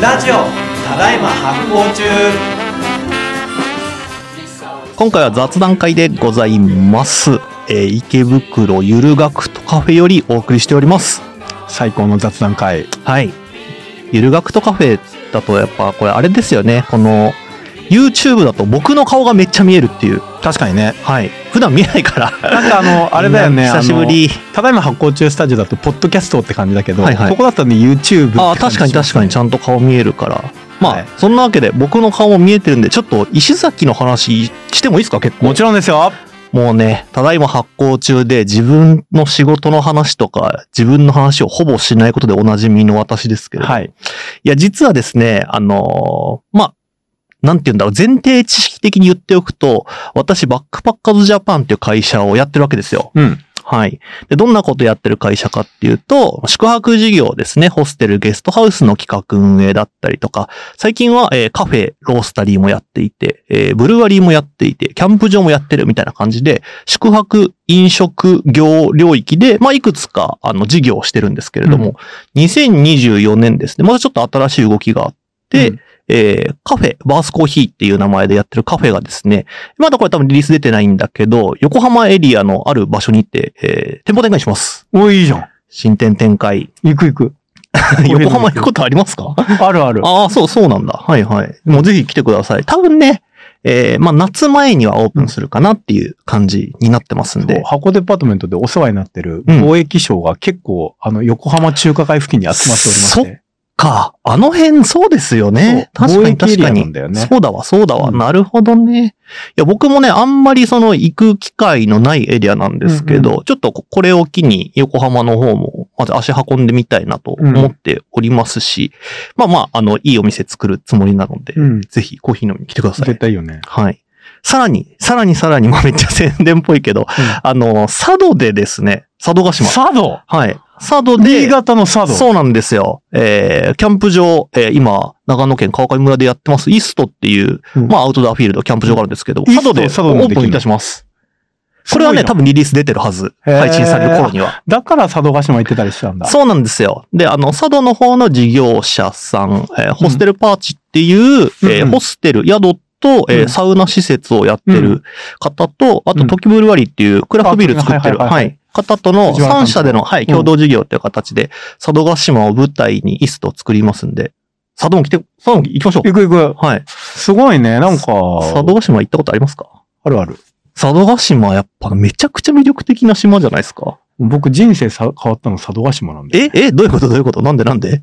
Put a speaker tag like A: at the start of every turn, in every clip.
A: ラジオただいま発行中
B: 今回は雑談会でございます、えー池袋ゆる学徒カフェよりお送りしております
C: 最高の雑談会。
B: はいゆる学徒カフェだとやっぱこれあれですよねこの YouTube だと僕の顔がめっちゃ見えるっていう
C: 確かにね。
B: はい普段見えないから
C: なんかあ の、 あれだよね。
B: 久しぶり
C: あの。ただいま発行中スタジオだと、ポッドキャストって感じだけど、
B: はいはい
C: ここだったらね、YouTube って
B: あ
C: 感
B: あ
C: じ
B: 確かに
C: します
B: 確かにちゃんと顔見えるからまあ、
C: はい
B: そんなわけで僕の顔も見えてるんでちょっと石崎の話してもいいですか結構
C: もちろんですよ。
B: もうね、ただいま発行中で自分の仕事の話とか自分の話をほぼしないことでおなじみの私ですけれど。。
C: はいい。
B: や、実はですね、あのーまあ、なんて言うんだろう、前提知識的に言っておくと、私、バックパッカーズジャパンっていう会社をやってるわけですよ。
C: うん。
B: はい。で、どんなことやってる会社かっていうと、宿泊事業ですね、ホステル、ゲストハウスの企画運営だったりとか、最近は、えーカフェ、ロースタリーもやっていて、えーブルワリーもやっていて、キャンプ場もやってるみたいな感じで、宿泊、飲食業領域で、まあ、いくつか、あの、事業をしてるんですけれども、2024年ですね、またちょっと新しい動きがあって、
C: うん
B: えーカフェ、バースコーヒーっていう名前でやってるカフェがですね、まだこれ多分リリース出てないんだけど、横浜エリアのある場所にて、えー店舗展開します。
C: お、いいじゃん。
B: 新店展開。
C: 行く行く。
B: 横浜行くことありますか
C: あるある。
B: ああ、そう、そうなんだ。はいはい。もうぜひ来てください。多分ね、えーまあ夏前にはオープンするかなっていう感じになってますんで。
C: 箱デパートメントでお世話になってる
B: うん
C: 貿易商が結構、あの、横浜中華街付近に集まっておりまして。
B: か、あの辺そうですよね。
C: そう
B: 確かに
C: 貿易エ
B: 確
C: リ
B: か
C: ア
B: に。
C: なんだよね
B: そうだわ、そうだわ、
C: うん
B: なるほどね。いや、僕もね、あんまりその行く機会のないエリアなんですけど、
C: う
B: ちょっとここれを機に横浜の方も、まず足運んでみたいなと思っておりますし、まあまあ、あの、いいお店作るつもりなので、
C: うん。
B: ぜひコーヒー飲みに来てくださ
C: 絶
B: い。
C: 対いいよね。
B: はい。さらに、さらにさらに、まあ めっちゃ宣伝っぽいけど、あの、佐渡でですね、佐渡島。
C: 佐渡
B: はい。佐渡で、
C: 新潟の佐渡。
B: そうなんですよ。えー、キャンプ場、えー、今、長野県川上村でやってます、イストっていう、
C: うん
B: まあ、アウトドアフィールド、キャンプ場があるんですけど、
C: イス
B: 佐渡で
C: ト佐渡で
B: オ
C: もで
B: ー
C: きる
B: プンいたします。これはね、
C: すごい
B: 多
C: な
B: 分リリース出てるはず。
C: へー
B: 配信される頃には。
C: だから佐渡島行ってたりしてたんだ。
B: そうなんですよ。で、あの、佐渡の方の事業者さん、えーホステルパーチっていう、えー
C: うん
B: ホステル、宿と、えー
C: うん
B: サウナ施設をやってる方と、あ
C: う
B: と、
C: ん
B: トキブルワリっていうクラフトビール作っ
C: あ
B: てる、
C: はいはいはいはい
B: はい方との
C: 藤原さんと
B: 3社での、は
C: う
B: い、
C: ん
B: 共同事業っていう形で、佐渡島を舞台にイストを作りますんで、佐渡も来て、佐渡も行きましょう。
C: 行く行く。
B: はい。
C: すごいね。なんか、
B: 佐渡島行ったことありますか
C: あるある。
B: 佐渡島やっぱめちゃくちゃ魅力的な島じゃないですか。
C: 僕人生さ変わったの佐渡島なんで。
B: ええどういうことどういうことなんでなんで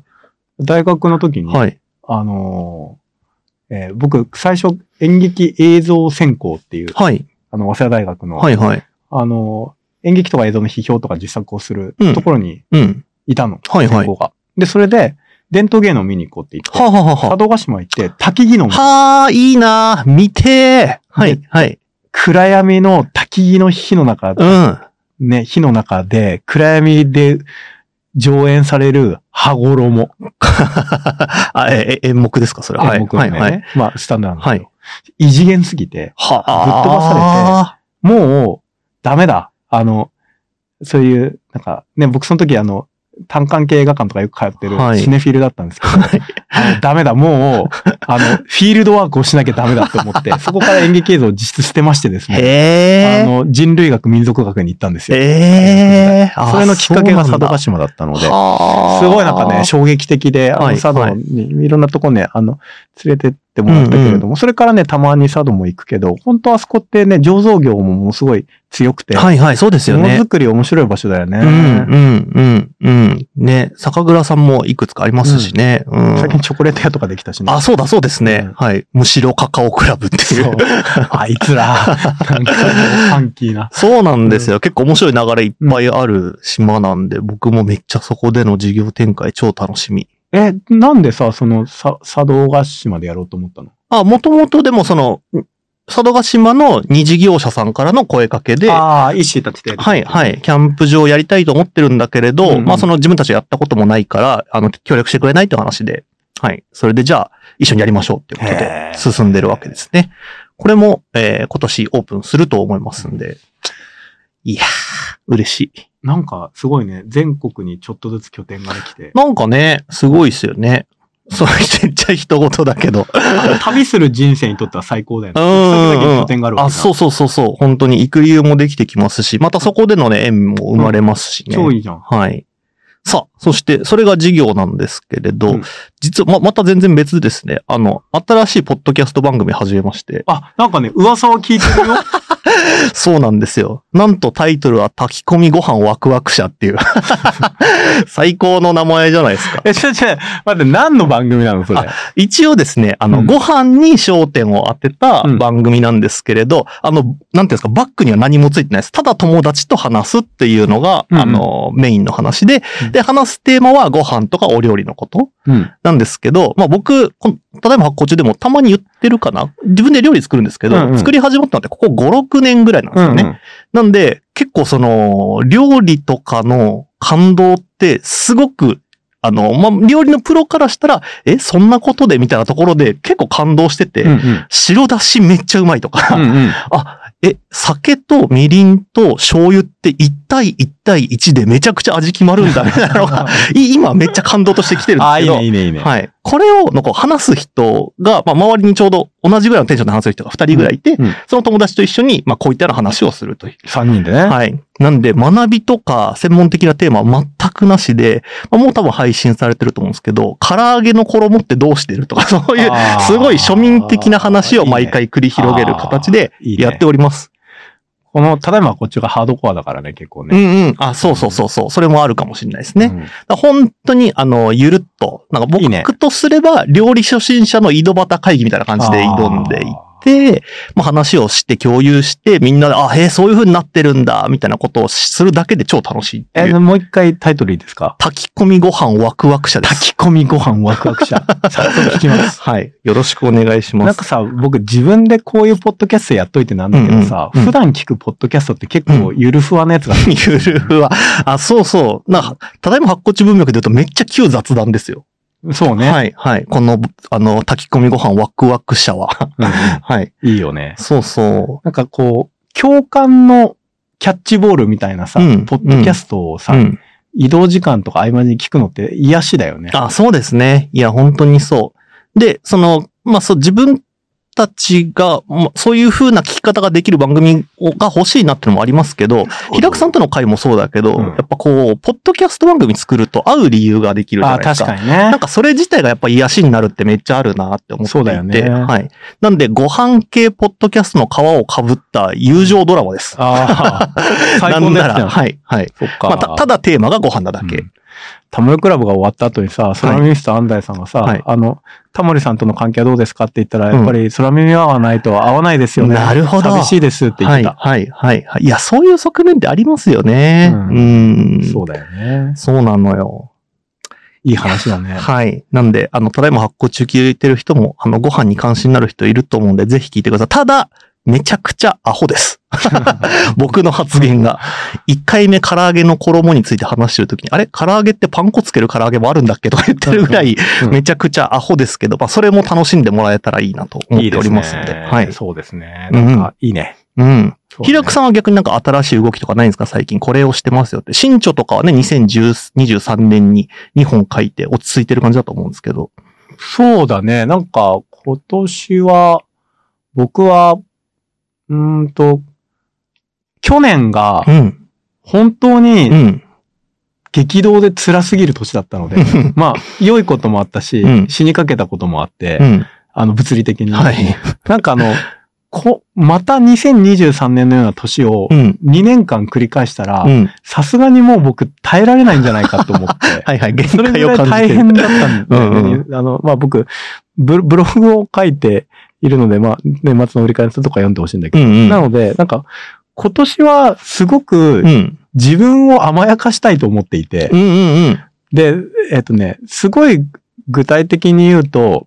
C: 大学の時に、
B: はい。
C: あのーえー僕、最初、演劇映像専攻っていう、
B: はい。
C: あの、早稲田大学の、
B: はいはい。
C: あのー演劇とか映像の批評とか自作をする
B: うん
C: ところに
B: うん。
C: いたの、
B: はいはい
C: 専攻が。で、それで、伝統芸能見に行こうって言って、
B: はあ、はあはあはあ
C: 佐渡島行って、滝技能、
B: はあ、いいなあ見てーはい、はい。
C: 暗闇の滝技の火の中、
B: うん。
C: ね、火の中で、暗闇で上演される羽衣。
B: あ、え、え演目ですか、それ。はい、
C: 演目
B: は
C: なんだよね
B: い、はい。
C: まあ、スタンダードなんだけど
B: は
C: 異次元すぎて、
B: は
C: あもう、ダメだ。あの、そういう、なんか、ね、僕その時あの、単館系映画館とかよく通ってる
B: はい
C: シネフィルだったんですけど、あのダメだ、もう、あの、フィールドワークをしなきゃダメだと思って、 そこから演劇映像を実質捨てましてです
B: へ
C: ね、あ
B: え。
C: の、人類学、民族学に行ったんですよ。
B: ええ。あ
C: それのきっかけが佐渡
B: そうなんだ
C: 島だったので、
B: はあ
C: すごいなんかね、衝撃的で、あの、
B: はい
C: 佐渡に、いろんなとこね、あの、連れてってもらったけれども、それからね、たまに佐渡も行くけど、本当あそこってね、醸造業もものすごい強くて、
B: はい、はい、そうですよ
C: もの
B: ね
C: づ。くり面白い場所だよね。
B: うん、うん、うん、うん。ね、酒蔵さんもいくつかありますしね。うん。
C: 最近チョコレート屋とかできたしね。
B: あ、そうだ、そうです
C: う
B: ね
C: ん。
B: はい。むしろカカオクラブってい
C: そうう。。 あいつら、なんか、ファンキーな。
B: そうなんですよ。結構面白い流れいっぱいある島なんで、僕もめっちゃそこでの事業展開超楽しみ。
C: え、なんでさ、その、さ、佐渡ヶ島でやろうと思ったの
B: あ、もともとでもその、佐渡島の二事業者さんからの声かけで、は
C: ああ、医師たちで。
B: い、はい、キャンプ場やりたいと思ってるんだけれど、
C: うんうん
B: まあその自分たちがやったこともないから、あの、協力してくれないって話で、はい、それでじゃあ一緒にやりましょうっていうことで
C: へー
B: 進んでるわけですね。これも、えー今年オープンすると思いますんで、いやー、嬉しい。
C: なんか、すごいね、全国にちょっとずつ拠点ができて。
B: なんかね、すごいですよね。そうしてっちゃ人事だけど。
C: 旅する人生にとっては最高だよね。
B: うんうん
C: 行く
B: うん
C: 先々に拠点があるわけ
B: あ、
C: だ
B: そうそうそうそう。本当に行く理由もできてきますし、またそこでのね、縁も生まれますしね。
C: 超いいじゃん。
B: はい。さあ、そして、それが事業なんですけれ
C: う
B: ど、
C: ん
B: 実は、ま、また全然別ですね。あの、新しいポッドキャスト番組始めまして。
C: あ、なんかね、噂を聞いて るよ。
B: そうなんですよ。なんとタイトルは炊き込みご飯ワクワク社っていう。 最高の名前じゃないですか。
C: え、ちょちょ、待って、何の番組なのそれ。
B: あ一応ですね、あの、
C: うん
B: ご飯に焦点を当てた
C: うん
B: 番組なんですけれど、あの、なんていうんですか、バックには何もついてないです。ただ友達と話すっていうのが、
C: うんうん
B: あの、メインの話で、
C: うん
B: で、話すテーマはご飯とかお料理のこと
C: うん。
B: なんですけど、まあ僕、このただいま発行中でもたまに言ってるかな自分で料理作るんですけど、
C: うんうん
B: 作り始まったのってここ5、6年ぐらいなんですよね。
C: うんうん
B: なんで、結構その、料理とかの感動って、すごく、あの、まあ、料理のプロからしたら、え、そんなことでみたいなところで結構感動してて、
C: うんうん
B: 白だしめっちゃうまいとか、
C: うんうん
B: え、酒とみりんと醤油って1対1対1でめちゃくちゃ味決まるんだみたいなの が、い今めっちゃ感動としてきてるんで
C: あー、
B: す
C: い
B: け
C: い
B: ど、
C: ね、いいね、いいね。
B: はい。これを、なんか話す人が、まあ、周りにちょうど同じぐらいのテンションで話せる人が2人ぐらいいて、
C: うんうん
B: その友達と一緒に、まあ、こういったような話をするという。
C: 三人でね。
B: はい。なんで、学びとか専門的なテーマは全くなしで、まあもう多分配信されてると思うんですけど、唐揚げの衣ってどうしてるとか、そういう、
C: あー
B: すごい庶民的な話を毎回繰り広げる形で
C: いいね
B: やっております。
C: この、ただいまこっちがハードコアだからね、結構
B: う
C: ね。
B: んうん。あ、そうそうそうそう。それもあるかもしれないですね。
C: うん。
B: だから本当に、あの、ゆるっと、なんか
C: いいね
B: 僕とすれば、料理初心者の井戸端会議みたいな感じで挑んでいって、まあ、話をして共有して、みんなで、あ、へえ、そういう風になってるんだ、みたいなことをするだけで超楽しいって
C: え
B: いう。
C: ー、もう一回タイトルいいですか
B: 炊き込みご飯ワクワク社です。
C: 炊き込みご飯ワクワク 社。早速聞きます。
B: はい。よろしくお願いし
C: な
B: ま
C: んか
B: す。
C: さ、僕自分でこういうポッドキャストやっといてなんだけどさ、
B: うんうんう
C: 普
B: ん
C: 段聞くポッドキャストって結構ゆるふわなやつが、
B: ゆるふわ。あ、そうそう。な、ただいま発行地文脈で言うとめっちゃ旧雑談ですよ。
C: そうね、
B: はい、はい。この、あの、炊き込みご飯ワクワク社は。
C: うんう
B: はい。
C: んいいよね。
B: そうそ
C: なんかこう、共感のキャッチボールみたいなさ、
B: うん
C: ポッドキャストを
B: う。
C: さ、
B: うん。
C: 移動時間とか合間に聞くのって癒しだよね。
B: あ、そうですね。いや、本当にそう。で、その、まあ、そう、自分たちが、まあそういう風な聞き方ができる番組をが欲しいなってのもありますけど、平久さんとの会もそうだけど、
C: うん
B: やっぱこう、ポッドキャスト番組作ると会う理由ができるじゃな
C: あ
B: いです
C: 確
B: か。
C: かに
B: な
C: ね
B: ん。かそれ自体がやっぱ癒しになるってめっちゃあるなって思っていて。
C: そうだよね
B: はい。なんで、ご飯系ポッドキャストの皮を被った友情ドラマです。
C: ああ、最高
B: なん
C: の
B: な
C: やつじゃ
B: ら、
C: ん。
B: はい、はい。
C: そっか。
B: まあ、たただテーマがご飯なだ
C: う
B: け
C: ん。タモリクラブが終わった後にさ、空耳スト安西さんがさ、
B: はい
C: あの、タモリさんとの関係はどうですかって言ったら、やっぱり空耳は合わないと合わないですよね。
B: なるほど
C: 寂しいですって言っ
B: はい、
C: てた。
B: はい、はいはい。いや、そういう側面ってありますよね。
C: う
B: うんん。
C: そうだよね。
B: そうなのよ。
C: いい話だ ね。
B: はい。なんで、あの、ただいま発行中聞いてる人も、あの、ご飯に関心になる人いると思うんで、ぜひ聞いてください。ただ、めちゃくちゃアホです。僕の発言が。1回目唐揚げの衣について話してるときに、あれ唐揚げってパン粉つける唐揚げもあるんだっけとか言ってるぐらい、
C: うん
B: めちゃくちゃアホですけど、まあ、それも楽しんでもらえたらいいなと思っておりますので。
C: いいすね
B: はい。
C: そうですね。
B: う
C: なんんか、いいね。
B: うん。ひらく
C: ん。
B: さんは逆になんか新しい動きとかないんですか最近これをしてますよって。新著とかはね、2023年に2本書いて落ち着いてる感じだと思うんですけど。
C: そうだね。なんか、今年は、僕は、うーんと、去年が
B: う、ん。
C: 本当
B: う
C: に
B: ん。
C: 激動で辛すぎる年だったので、まあ、良いこともあったし、
B: うん
C: 死にかけたこともあって、
B: うん。
C: あの、物理的に。
B: はい。
C: なんかあの、こ、また2023年のような年を
B: うん。
C: 2年間繰り返したら
B: う、ん。
C: さすがにもう僕耐えられないんじゃないかと思って。
B: はいはい。限
C: それぐ
B: 界
C: ら
B: を
C: い
B: 感
C: 大
B: じてる
C: 変。だったんだよね。
B: うん
C: あの、まあ、僕ブ、ブログを書いているので、まあ、年末の折り返しとか読んでほしいんだけ
B: う
C: ど。
B: ん。
C: な
B: うん。
C: ので、なんか、今年はすごく
B: うん。
C: 自分を甘やかしたいと思っていて、
B: うんうんうん。
C: で、えっ、とね、すごい具体的に言うと、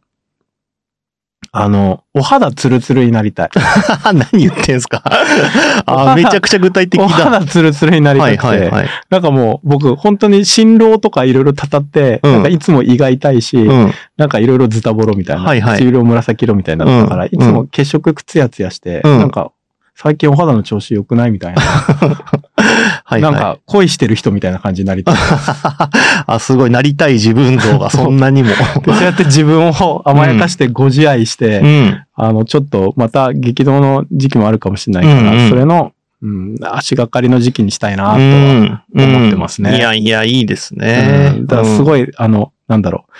C: あの、お肌ツルツルになりたい。
B: 何言ってんすかあーめちゃくちゃ具体 的
C: お
B: だ。
C: 肌ツルツルになり
B: は
C: た
B: い
C: くて、
B: はいはい。
C: なんかもう僕本当に新郎とかいろいろたたって、
B: うん
C: なんかいつも胃が痛いし、
B: うん。
C: なんかいろいろズタボロみたいな、
B: はいはい
C: 唇を紫色みたいになったから、
B: うん
C: いつも血色くつやつやして、
B: うん
C: なんか最近お肌の調子良くないみたいな
B: はい、はい。
C: なんか、恋してる人みたいな感じになりたい。
B: あ、すごい、なりたい自分像がそんなにも。
C: で そうやって自分を甘やかしてご自愛して、
B: うん。
C: あの、ちょっとまた激動の時期もあるかもしれないから、
B: うんうん
C: それの、うん、足がかりの時期にしたいな、とは
B: うん
C: 思ってますね
B: いやいや、いいです
C: え
B: ね。
C: だからす
B: い。
C: ごい、あの、なんだろう。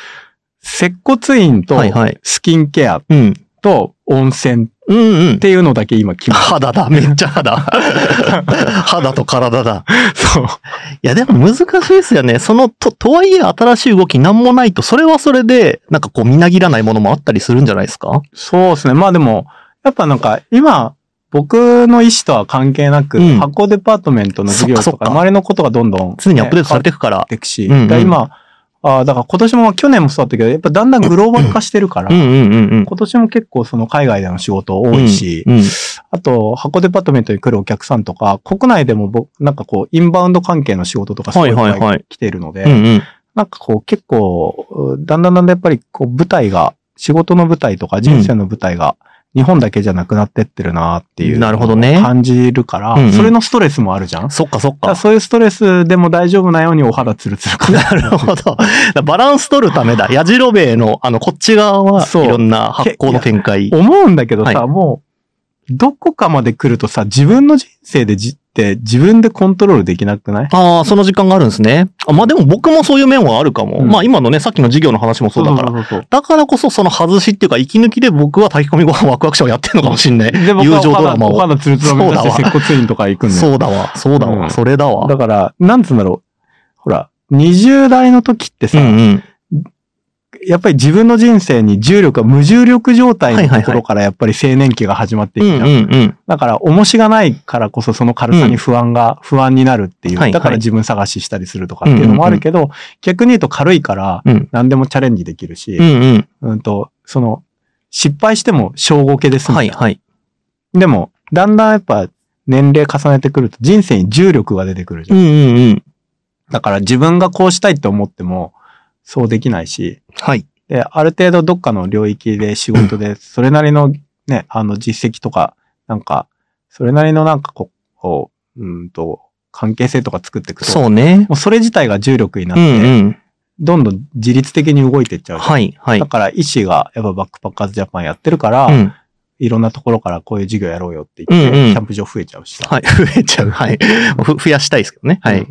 C: 接骨院と
B: はいはい
C: スキンケア
B: うん。
C: と温泉っ
B: うんうん。
C: ていうのだけ今決めた。
B: 肌だ、めっちゃ肌。 肌と体だ。
C: そう。
B: いや、でも難しいですよね。その、と、とはいえ新しい動きなんもないと、それはそれで、なんかこう、みなぎらないものもあったりするんじゃないですか
C: そうですね。まあでも、やっぱなんか今、僕の意思とは関係なく、
B: うん
C: 発行デパートメントの授業
B: そっ
C: と
B: かそ
C: か、
B: っか
C: 周りのことがどんどん、
B: 常にアップデートされ
C: て
B: ていくから。
C: いくし、
B: うんうん
C: で今、あーだから今年も、去年もそうだったけど、やっぱだんだんグローバル化してるから、
B: うんうんうんうん。
C: 今年も結構その海外での仕事多いし、
B: うんうん
C: あと、箱デパートメントに来るお客さんとか、国内でも僕、なんかこう、インバウンド関係の仕事とかすごいいっ
B: はいはいは
C: ぱ
B: い
C: い来ているので、
B: うんうん。
C: なんかこう、結構、うだんだんだんだんやっぱりこう、舞台が、仕事の舞台とか人生の舞台が、日本だけじゃなくなってってるなっていう。
B: なるほどね
C: 感じるから、
B: うんうん
C: それのストレスもあるじゃん。だ
B: そっかそっ
C: から
B: か。
C: そういうストレスでも大丈夫なようにお肌ツルツルか
B: なるほど。バランス取るためだ。矢印べの、あの、こっち側は、
C: そう
B: いろんな発酵の展開。
C: 思うんだけどさ、
B: は
C: もう、どこかまで来るとさ、自分の人生でじって自分でコントロールできなくない
B: ああ、その時間があるんですね。あまあでも僕もそういう面はあるかも。
C: うん
B: まあ今のね、さっきの授業の話もそうだから。
C: そうそうそう
B: だからこそその外しっていうか、息抜きで僕は炊き込みご飯ワクワクションやってんのかもしんない。
C: で、僕
B: 友
C: は
B: 情ドラマ
C: お肌お
B: を。
C: 肌ツルツルを目指して
B: そうだ
C: 接骨院とか行くんだよ
B: そうだわ、そうだわ、
C: うん
B: それだわ
C: だ。から、なんつうんだろう。ほら、20代の時って
B: う
C: さ、
B: んうん。
C: やっぱり自分の人生に重力が無重力状態
B: はい
C: の
B: はいはい
C: ところからやっぱり青年期が始まってい
B: うん
C: くじ
B: う
C: ゃん。
B: んうん。
C: だから、重しがないからこそその軽さに不安が、不安になるっていう、
B: はいはい
C: だから自分探ししたりするとかっていうのもあるけど、逆に言うと軽いから
B: うん、
C: 何でもチャレンジできるし、
B: う
C: うん、
B: んうん。
C: と、その、失敗しても小5系ですみた
B: はいい
C: な。
B: はい。
C: でも、だんだんやっぱ年齢重ねてくると人生に重力が出てくるじゃん
B: うんうんうん。
C: だから自分がこうしたいって思っても、そうできないし、
B: はい。
C: で、ある程度どっかの領域で仕事で、それなりのね、あの実績とか、なんか、それなりのなんかこう、こう、うんと、関係性とか作っていくと、
B: そうね。
C: もうそれ自体が重力になっ
B: う
C: て、
B: んうん。
C: どんどん自律的に動いていっちゃうじゃん。
B: はいはい
C: だ。から、医師がやっぱバックパッカーズジャパンやってるから、
B: うん。
C: いろんなところからこういう授業やろうよって言って、
B: うんうん
C: キャンプ場増えちゃうしさ。
B: はい。 増えちゃう。はい。ふ増やしたいですけどね。は
C: う
B: い。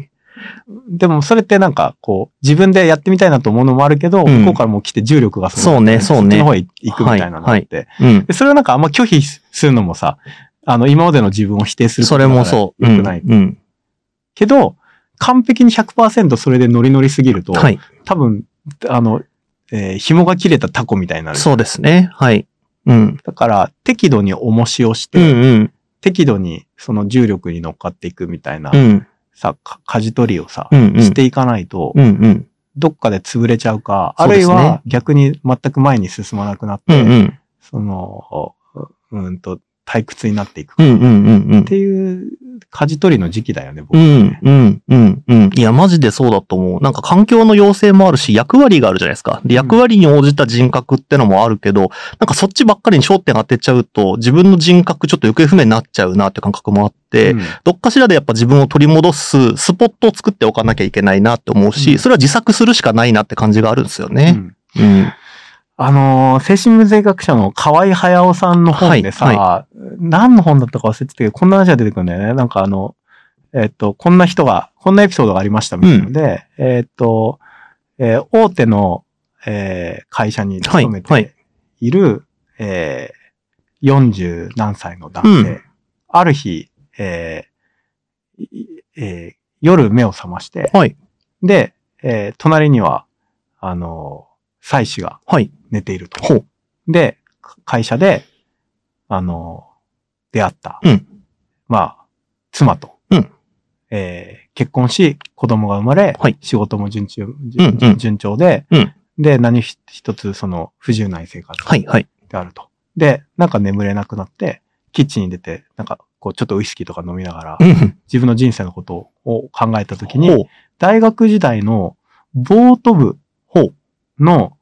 C: でもそれってなんか、こう、自分でやってみたいなと思うのもあるけど、
B: うん
C: 向こうからもう来て重力がの
B: そうねそうね
C: そっちの方へ行くみたいなのがあって。
B: うん。
C: でそれはなんかあんま拒否するのもさ、あの、今までの自分を否定する
B: それもそう。う
C: 良
B: ん。
C: くない。
B: うん。
C: けど、完璧に100%それでノリノリすぎると、
B: はい。
C: 多分、あの、えー紐が切れたタコみたいになる。
B: そうですね。はい。うん。
C: だから、適度に重しをして、
B: うんうん。
C: 適度にその重力に乗っかっていくみたいな、
B: うん。
C: さ、か舵取りをさ、
B: うんうん。
C: していかないと、
B: うんうん。
C: どっかで潰れちゃうか、
B: そ
C: あ
B: う
C: る
B: で
C: い
B: すね
C: は逆に全く前に進まなくなっ
B: う
C: て、
B: んうん。
C: その、ううんと退屈になっていく
B: う
C: か
B: んうんうんうん
C: っ。ていう、舵取りの時期だよね、僕
B: う
C: はね、
B: ん、うん、うん、うん。いや、マジでそうだと思う。なんか環境の要請もあるし、役割があるじゃないですか。で、役割に応じた人格ってのもあるけど、なんかそっちばっかりに焦点当てちゃうと、自分の人格ちょっと行方不明になっちゃうなって感覚もあって、
C: うん
B: どっかしらでやっぱ自分を取り戻すスポットを作っておかなきゃいけないなって思うし、
C: うん
B: それは自作するしかないなって感じがあるんですよ
C: う
B: ね。
C: ん
B: うん。
C: あのー精神文学者の河合駿さんの本でさ、
B: はい
C: 何の本だったか忘れてたけど、こんな話が出てくるんだよね。なんかあの、えっと、こんな人が、こんなエピソードがありましたみたいなので、えっと、えー大手の、えー会社に勤め
B: はいは
C: ている、えー、40何歳の男性、
B: うん
C: ある日、えーいえー夜目を覚まして、
B: はい
C: で、えー隣には、あのー、妻子が
B: はい。
C: 寝ていると。
B: ほう。
C: で、か会社で、あの、出会った。
B: うん
C: まあ、妻と。
B: うん
C: えー結婚し、子供が生まれ、
B: はい
C: 仕事も順調、
B: うんうん
C: 順調で、
B: うん
C: で、何ひ一つその不自由ない生活
B: はい、はい。
C: であると。で、なんか眠れなくなって、キッチンに出て、なんかこうちょっとウイスキーとか飲みながら、
B: うん。
C: 自分の人生のことを考えたとき
B: ほ
C: に、
B: う。
C: 大学時代のボート部の、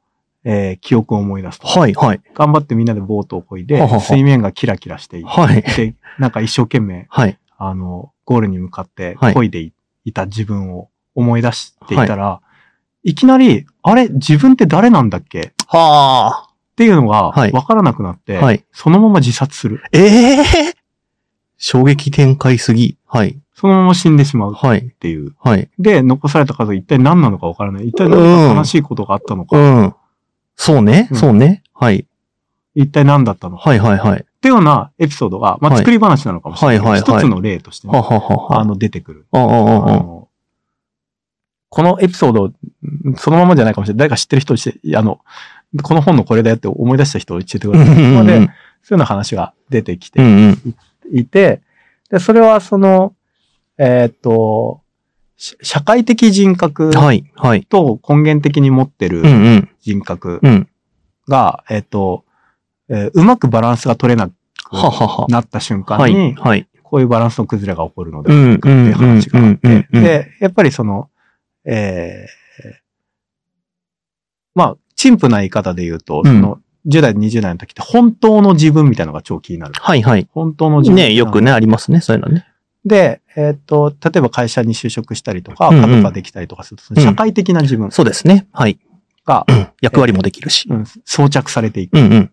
C: えー記憶を思い出すと。
B: はい、はい。
C: 頑張ってみんなでボートを漕いで
B: ははは、
C: 水面がキラキラしていて、
B: はい。
C: でなんか一生懸命、
B: はい。
C: あの、ゴールに向かって
B: はい
C: 漕いでいいた自分を思い出していたら、い、きなり、あれ自分って誰なんだっけっ
B: は
C: ていうのが
B: はい
C: 分からなくなって、
B: あ。はい。
C: そのまま自殺する。
B: ええ衝撃展開すぎ。はい。
C: そのまま死んでしまうっ
B: はい。
C: ていう。
B: はい。
C: で、残された数一体何なのか分からない。一体何か悲しいことがあったの
B: う
C: か。
B: ん。そうね。
C: うん
B: そうね。はい。
C: 一体何だったのか。
B: はいはいはい。
C: っていうようなエピソードが、ま
B: は
C: あ、
B: い
C: 作り話なのかもしれないけど。
B: はいはいはい
C: 一つの例としてね、
B: はははは。
C: あの、出てくる。
B: あ
C: あ
B: あ、ああ、あ
C: のこのエピソード、うんそのままじゃないかもしれない。誰か知ってる人にして、いやあの、この本のこれだよって思い出した人を言ってく
B: う
C: だ
B: ん
C: さい。
B: うんうん
C: で、そういうような話が出てき
B: う
C: て
B: んうん。
C: いて、で、それはその、えーっと、し社会的人格
B: はい。はい。
C: と根源的に持って
B: うん
C: る
B: うん。
C: 人格
B: うん。
C: が、えーっと、えーうまくバランスが取れなく
B: ははは。
C: なった瞬間
B: は
C: に
B: い。、はい。
C: こういうバランスの崩れが起こるので
B: う
C: は
B: んうんうんうんうんう
C: で
B: ん。
C: で、やっぱりその、えーまあ、陳腐な言い方で言うと、
B: う
C: そ
B: ん
C: の、10代、20代の時って本当の自分みたいなのが超気になる。
B: はいはい。
C: 本当の自分。
B: ねよくね、。ありますね。そういうのね。
C: で、えーっと、例えば会社に就職したりとか、
B: うんうん
C: 家族ができたりとかすると、その社会的な自分
B: そうですね。はい。
C: が、
B: 役割もできるし。
C: うん装着されていく。
B: うんうん。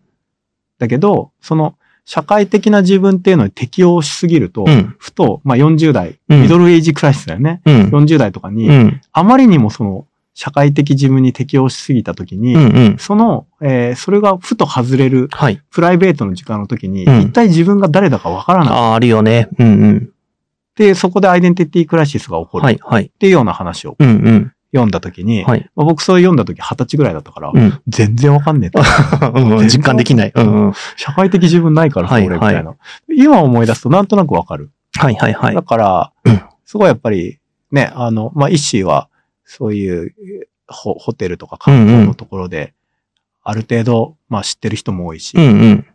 C: だけど、その、社会的な自分っていうのに適応しすぎると、
B: うん。
C: ふと、まあ40代、
B: うん
C: ミドルエイジクライシスだよね。
B: うん。
C: 40代とかに、
B: うん。
C: あまりにもその、社会的自分に適応しすぎた時に、
B: うんうん。
C: その、えーそれがふと外れる
B: はい。
C: プライベートの時間の時に、
B: うん
C: 一体自分が誰だかわからないっ
B: ああ、あるよね。うんうん。
C: て、そこでアイデンティティクライシスが起こる
B: は
C: っ
B: いはい。
C: ていうような話を
B: うんうん。
C: 読んだ時に、
B: はい。
C: まあ僕それ読んだ時二十歳ぐらいだったから、
B: うん。
C: 全然わかんねえと。
B: うん実感できない。うんうん。
C: 社会的自分ないからさ、
B: はい
C: 俺みたいな。今思い出すとなんとなくわかる。
B: はいはいはい
C: だ。から
B: うん、
C: すごいやっぱり、ね、あの、まあ、イッシーは、そういう、ホホテルとか
B: う
C: 観
B: ん
C: 光
B: う
C: の
B: ん
C: ところで、ある程度、まあ、知ってる人も多いし、
B: うんうん。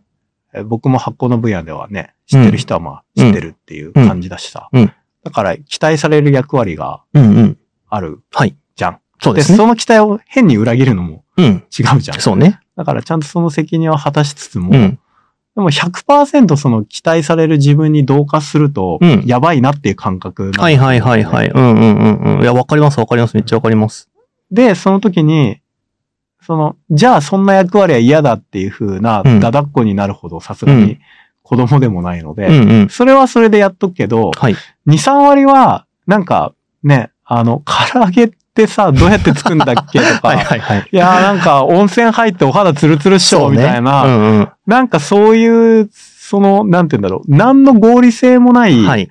C: え僕も発行の分野ではね、知ってる人はまあ知ってるっていう感じだしさ。
B: うんうん
C: だから期待される役割が
B: うんうん。
C: ある
B: はい。
C: じゃん。
B: そう
C: で
B: ですね。
C: その期待を変に裏切るのも
B: うん。
C: 違うじゃん。
B: そうね。
C: だからちゃんとその責任を果たしつつも、
B: う
C: で
B: ん。
C: も100%その期待される自分に同化すると
B: うん、
C: やばいなっていう感覚、
B: はいはいはいはい。。うんうんうんうん。いや、わかりますわかります。めっちゃわかります。
C: で、その時に、その、じゃあそんな役割は嫌だっていう風な、
B: うん
C: だだっこになるほどさすが
B: うん
C: に子供でもないので、
B: うんうん。
C: それはそれでやっとくけど、
B: はい。
C: 2、3割は、なんか、ね、あの、唐揚げってさ、どうやって作るんだっけとか、
B: はい
C: い
B: はいはい。
C: やーなんか温泉入ってお肌ツルツルっしょ、みたいな、
B: うんうん。
C: なんかそういう、その、なんて言うんだろう、何の合理性もない、
B: はい。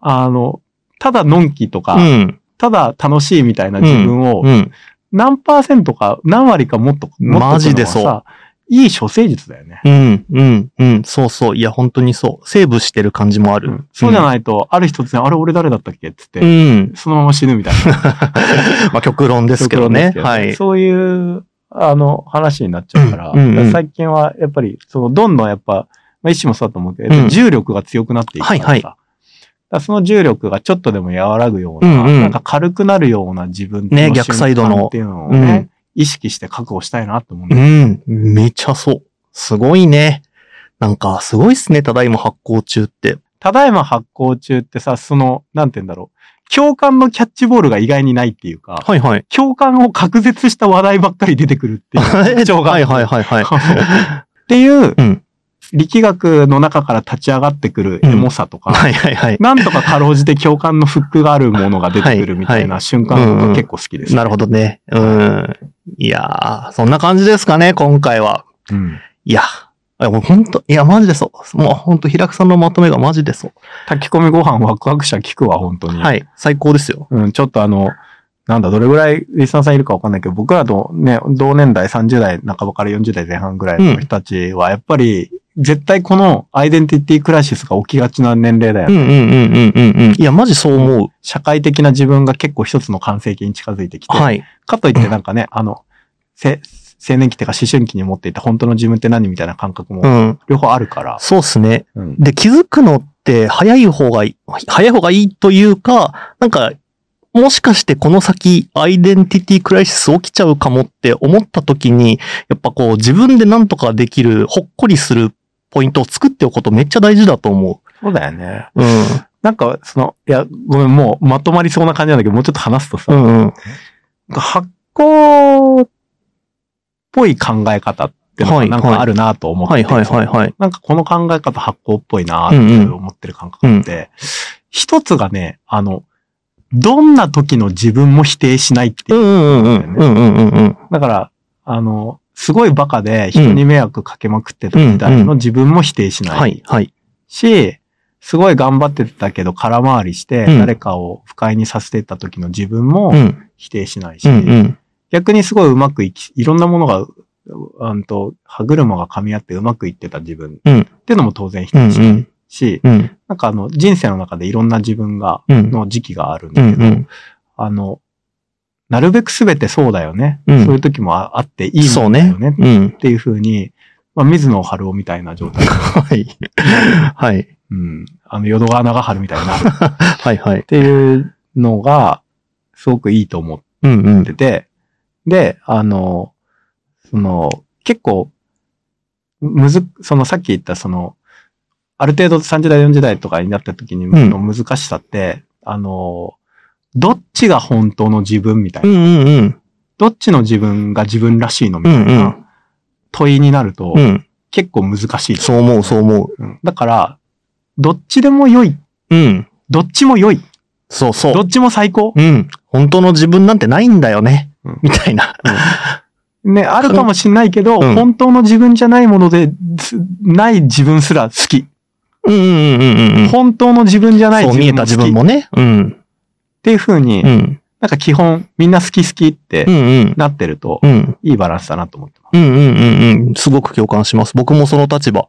C: あの、ただのんきとか、
B: うん。
C: ただ楽しいみたいな自分を、
B: うん。
C: 何パーセントか、何割かもっと、もっとくのはさ
B: マジでそう。
C: いい処世術だよね。
B: うん、うん、うん、そうそう。いや、本当にそう。セーブしてる感じもある。
C: そうじゃ
B: い。
C: ないと、ある日突然、あれ俺誰だったっけっつって、
B: うん。
C: そのまま死ぬみたいな。
B: まあ、極論 ですけどね。
C: 極論
B: はい
C: ですけど。そういう、あの、話になっちゃうから、
B: うんうんうん
C: 最近は、やっぱり、その、どんどんやっぱ、まあ、一種もそうだと思うけど、
B: うん
C: やっぱ重力が強くなっていくからさ。
B: はいはい
C: だからその重力がちょっとでも和らぐような、
B: うんうん
C: なんか軽くなるような自分っていう
B: ね
C: のを
B: 逆サイドの
C: 瞬間っていうのをね、意識して確保したいなと思うんだ
B: う
C: よね
B: ん。めちゃそう。すごいね。なんか、すごいっすね。ただいま発行中って。
C: ただいま発行中ってさ、その、なんて言うんだろう。共感のキャッチボールが意外にないっていうか、
B: はいはい。
C: 共感を隔絶した話題ばっかり出てくるっていう特徴が。
B: はいはいは いはい。
C: っていう
B: うん。
C: 力学の中から立ち上がってくるエモさとか、
B: はいはいはい。
C: なんとかかろうじて共感のフックがあるものが出てくるみたい
B: は
C: な瞬間
B: うんうん
C: が僕結構好きです、
B: なるほどね。うん。いやー、そんな感じですかね、今回は。
C: ど。うん。
B: いや。いや、もうほんと、いや、マジでそう。もうほんと、平久さんのまとめがマジでそう。
C: 炊き込みご飯ワクワク者聞くわ、本当に。
B: はい。最高ですよ。
C: うん、ちょっとあの、なんだ、どれぐらいリスナーさんいるかわかんないけど、僕らとね、同年代30代半ばから40代前半ぐらいの人たちは、やっぱり、絶対このアイデンティティクライシスが起きがちな年齢だよ
B: う
C: ね。
B: んうんうんうんうんうん。いや、マジそう思う。
C: 社会的な自分が結構一つの完成形に近づいてきて、
B: はい。
C: かといってなんかね、あの、せ青年期というか思春期に持っていた本当の自分って何みたいな感覚
B: う
C: も
B: ん。
C: 両方あるから、
B: そうっすね。
C: うん
B: で、気づくのって早い方がいい、早い方がいいというか、なんか、もしかしてこの先、アイデンティティクライシス起きちゃうかもって思った時に、やっぱこう自分でなんとかできる、ほっこりするポイントを作っておくことめっちゃ大事だと思う。
C: そうだよね。
B: うん。
C: なんか、その、いや、ごめん、もうまとまりそうな感じなんだけど、もうちょっと話すと
B: う
C: さ、
B: んうん。
C: 発酵っぽい考え方っての
B: は
C: が
B: い
C: なんかあるなと思って
B: はい
C: て、
B: はいはいはい。
C: なんかこの考え方発酵っぽいなっていう思ってる感覚って、一つがね、あの、どんな時の自分も否定しないって
B: う
C: い
B: ん
C: う。
B: うんうんうん。うんうんうんうん。
C: だから、あの、すごいバカで人に迷惑かけまくってた時代の自分も否定しない。
B: はいはい。
C: し、すごい頑張ってたけど空回りして、
B: うん
C: 誰かを不快にさせてた時の自分も
B: うん。
C: 否定しないし、
B: うんうん。
C: 逆にすごいうまくいき、いろんなものが、うんと、歯車が噛み合ってうまくいってた自分、
B: うん
C: っていうのも当然否
B: う
C: 定
B: ん
C: し
B: う
C: ない
B: ん。
C: し、
B: うん
C: なんかあの、人生の中でいろんな自分が、
B: うん。
C: の時期があるん
B: う
C: だ
B: ん
C: けど、
B: うん。
C: あの、なるべくすべてそうだよね、
B: うん
C: そういう時もああっていい
B: そうん
C: だ
B: ね
C: よ。ね、
B: うん。
C: っていうふうに、まあ、水野晴夫みたいな状態。
B: はい。はい。
C: うん。あの、淀川長春みたいになるっ
B: はいはい。
C: ていうのが、すごくいいと思っ
B: うんうん
C: て。て、で、あの、その、結構、むず、そのさっき言ったその、ある程度30代、40代とかになった時に
B: ん
C: の難しさって、あの、どっちが本当の自分みたいうな、
B: んうんうん。
C: どっちの自分が自分らしいのみ
B: う
C: た
B: ん。
C: いうなん問いになると、
B: うん。
C: 結構難しい。
B: そう思うそう思
C: うんだから、どっちでも良い、
B: う。うん。
C: どっちも良い、
B: そうそう
C: ど。っちも最高、
B: うん。本当の自分なんてないんだよね
C: うん。
B: みたいな。
C: ね、あるかもしんないけど、
B: うん
C: 本当の自分じゃないもので、すない自分すら好き。
B: うんうんうんうんうん。
C: 本当の自分じゃない
B: そう
C: 自
B: 見え
C: 分も
B: た
C: 好き
B: 自分
C: っ
B: もね。うん。
C: ていう風に、
B: うん。
C: なんか基本みんな好き好きって
B: うんうん。
C: なってると
B: う、ん。
C: いいバランスだなと思ってます。
B: うんうんうんうん。すごく共感します。僕もその立場。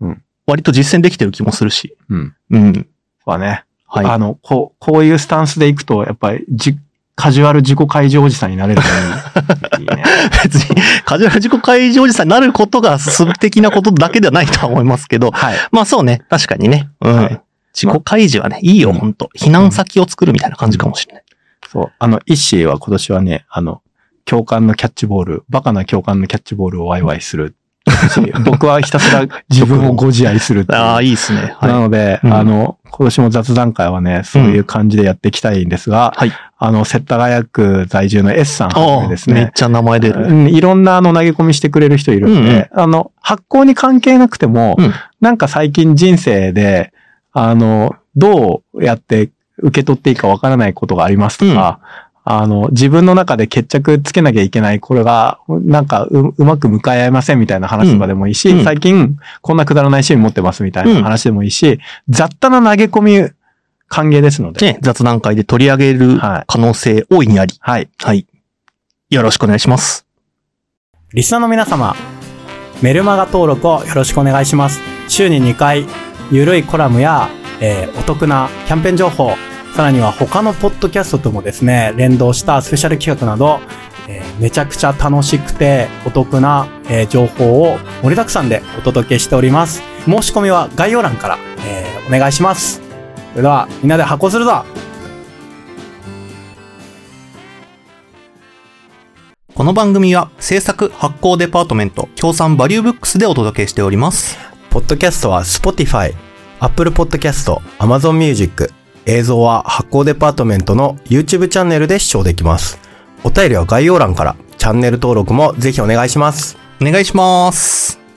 C: うん
B: 割と実践できてる気もするし。
C: うん。
B: うん。
C: はね、
B: はい。
C: あの、こう、こういうスタンスでいくと、やっぱりじ、カジュアル自己開示おじさんになれるのにい いね。
B: 別に、カジュアル自己開示おじさんになることが素的なことだけではないとは思いますけど。
C: はい。
B: まあそうね。確かにね。うん。
C: はい
B: 自己開示はね、いいよ、
C: うん
B: ほんと。避難先を作るみたいな感じかもしれない。
C: そう。あの、イッシーは今年はね、あの、共感のキャッチボール、バカな共感のキャッチボールをワイワイす る。僕はひたすら自分をご自愛するっていう
B: ああ、いいですね。
C: な
B: は
C: ので、
B: うん
C: あの、今年も雑談会はね、そういう感じでやっていきたいんですが、
B: はい
C: あの、世田谷区在住の S さん
B: い。
C: は
B: あ
C: じ
B: あ、
C: めです
B: めっ
C: ね。
B: ちゃ名前出る。
C: うんいろんなあの投げ込みしてくれる人いるんで、あの、発行に関係なくても、
B: うん
C: なんか最近人生で、あの、どうやって受け取っていいかわからないことがありますとか、あの、自分の中で決着つけなきゃいけない、これが、なんかう、うまく向かい合えませんみたいな話とかでもいいし、
B: うん
C: 最近、こんなくだらないシーン持ってますみたいな話でもいいし、雑多な投げ込み歓迎ですので、
B: ね、雑談会で取り上げる
C: はい
B: 可能性大いにあり。
C: はい。
B: はい。よろしくお願いします。
D: リスナーの皆様、メルマガ登録をよろしくお願いします。週に2回、ゆるいコラムや、えーお得なキャンペーン情報、さらには他のポッドキャストともですね、連動したスペシャル企画など、えーめちゃくちゃ楽しくてお得な、えー情報を盛りだくさんでお届けしております。申し込みは概要欄から、えーお願いします。それでは、みんなで発行するぞ
B: この番組は制作発行デパートメント協賛バリューブックスでお届けしております。
D: ポッドキャストは Spotify、Apple Podcast、Amazon Music、映像は発行デパートメントの YouTube チャンネルで視聴できます。お便りは概要欄から、チャンネル登録もぜひお願いします。
B: お願いします。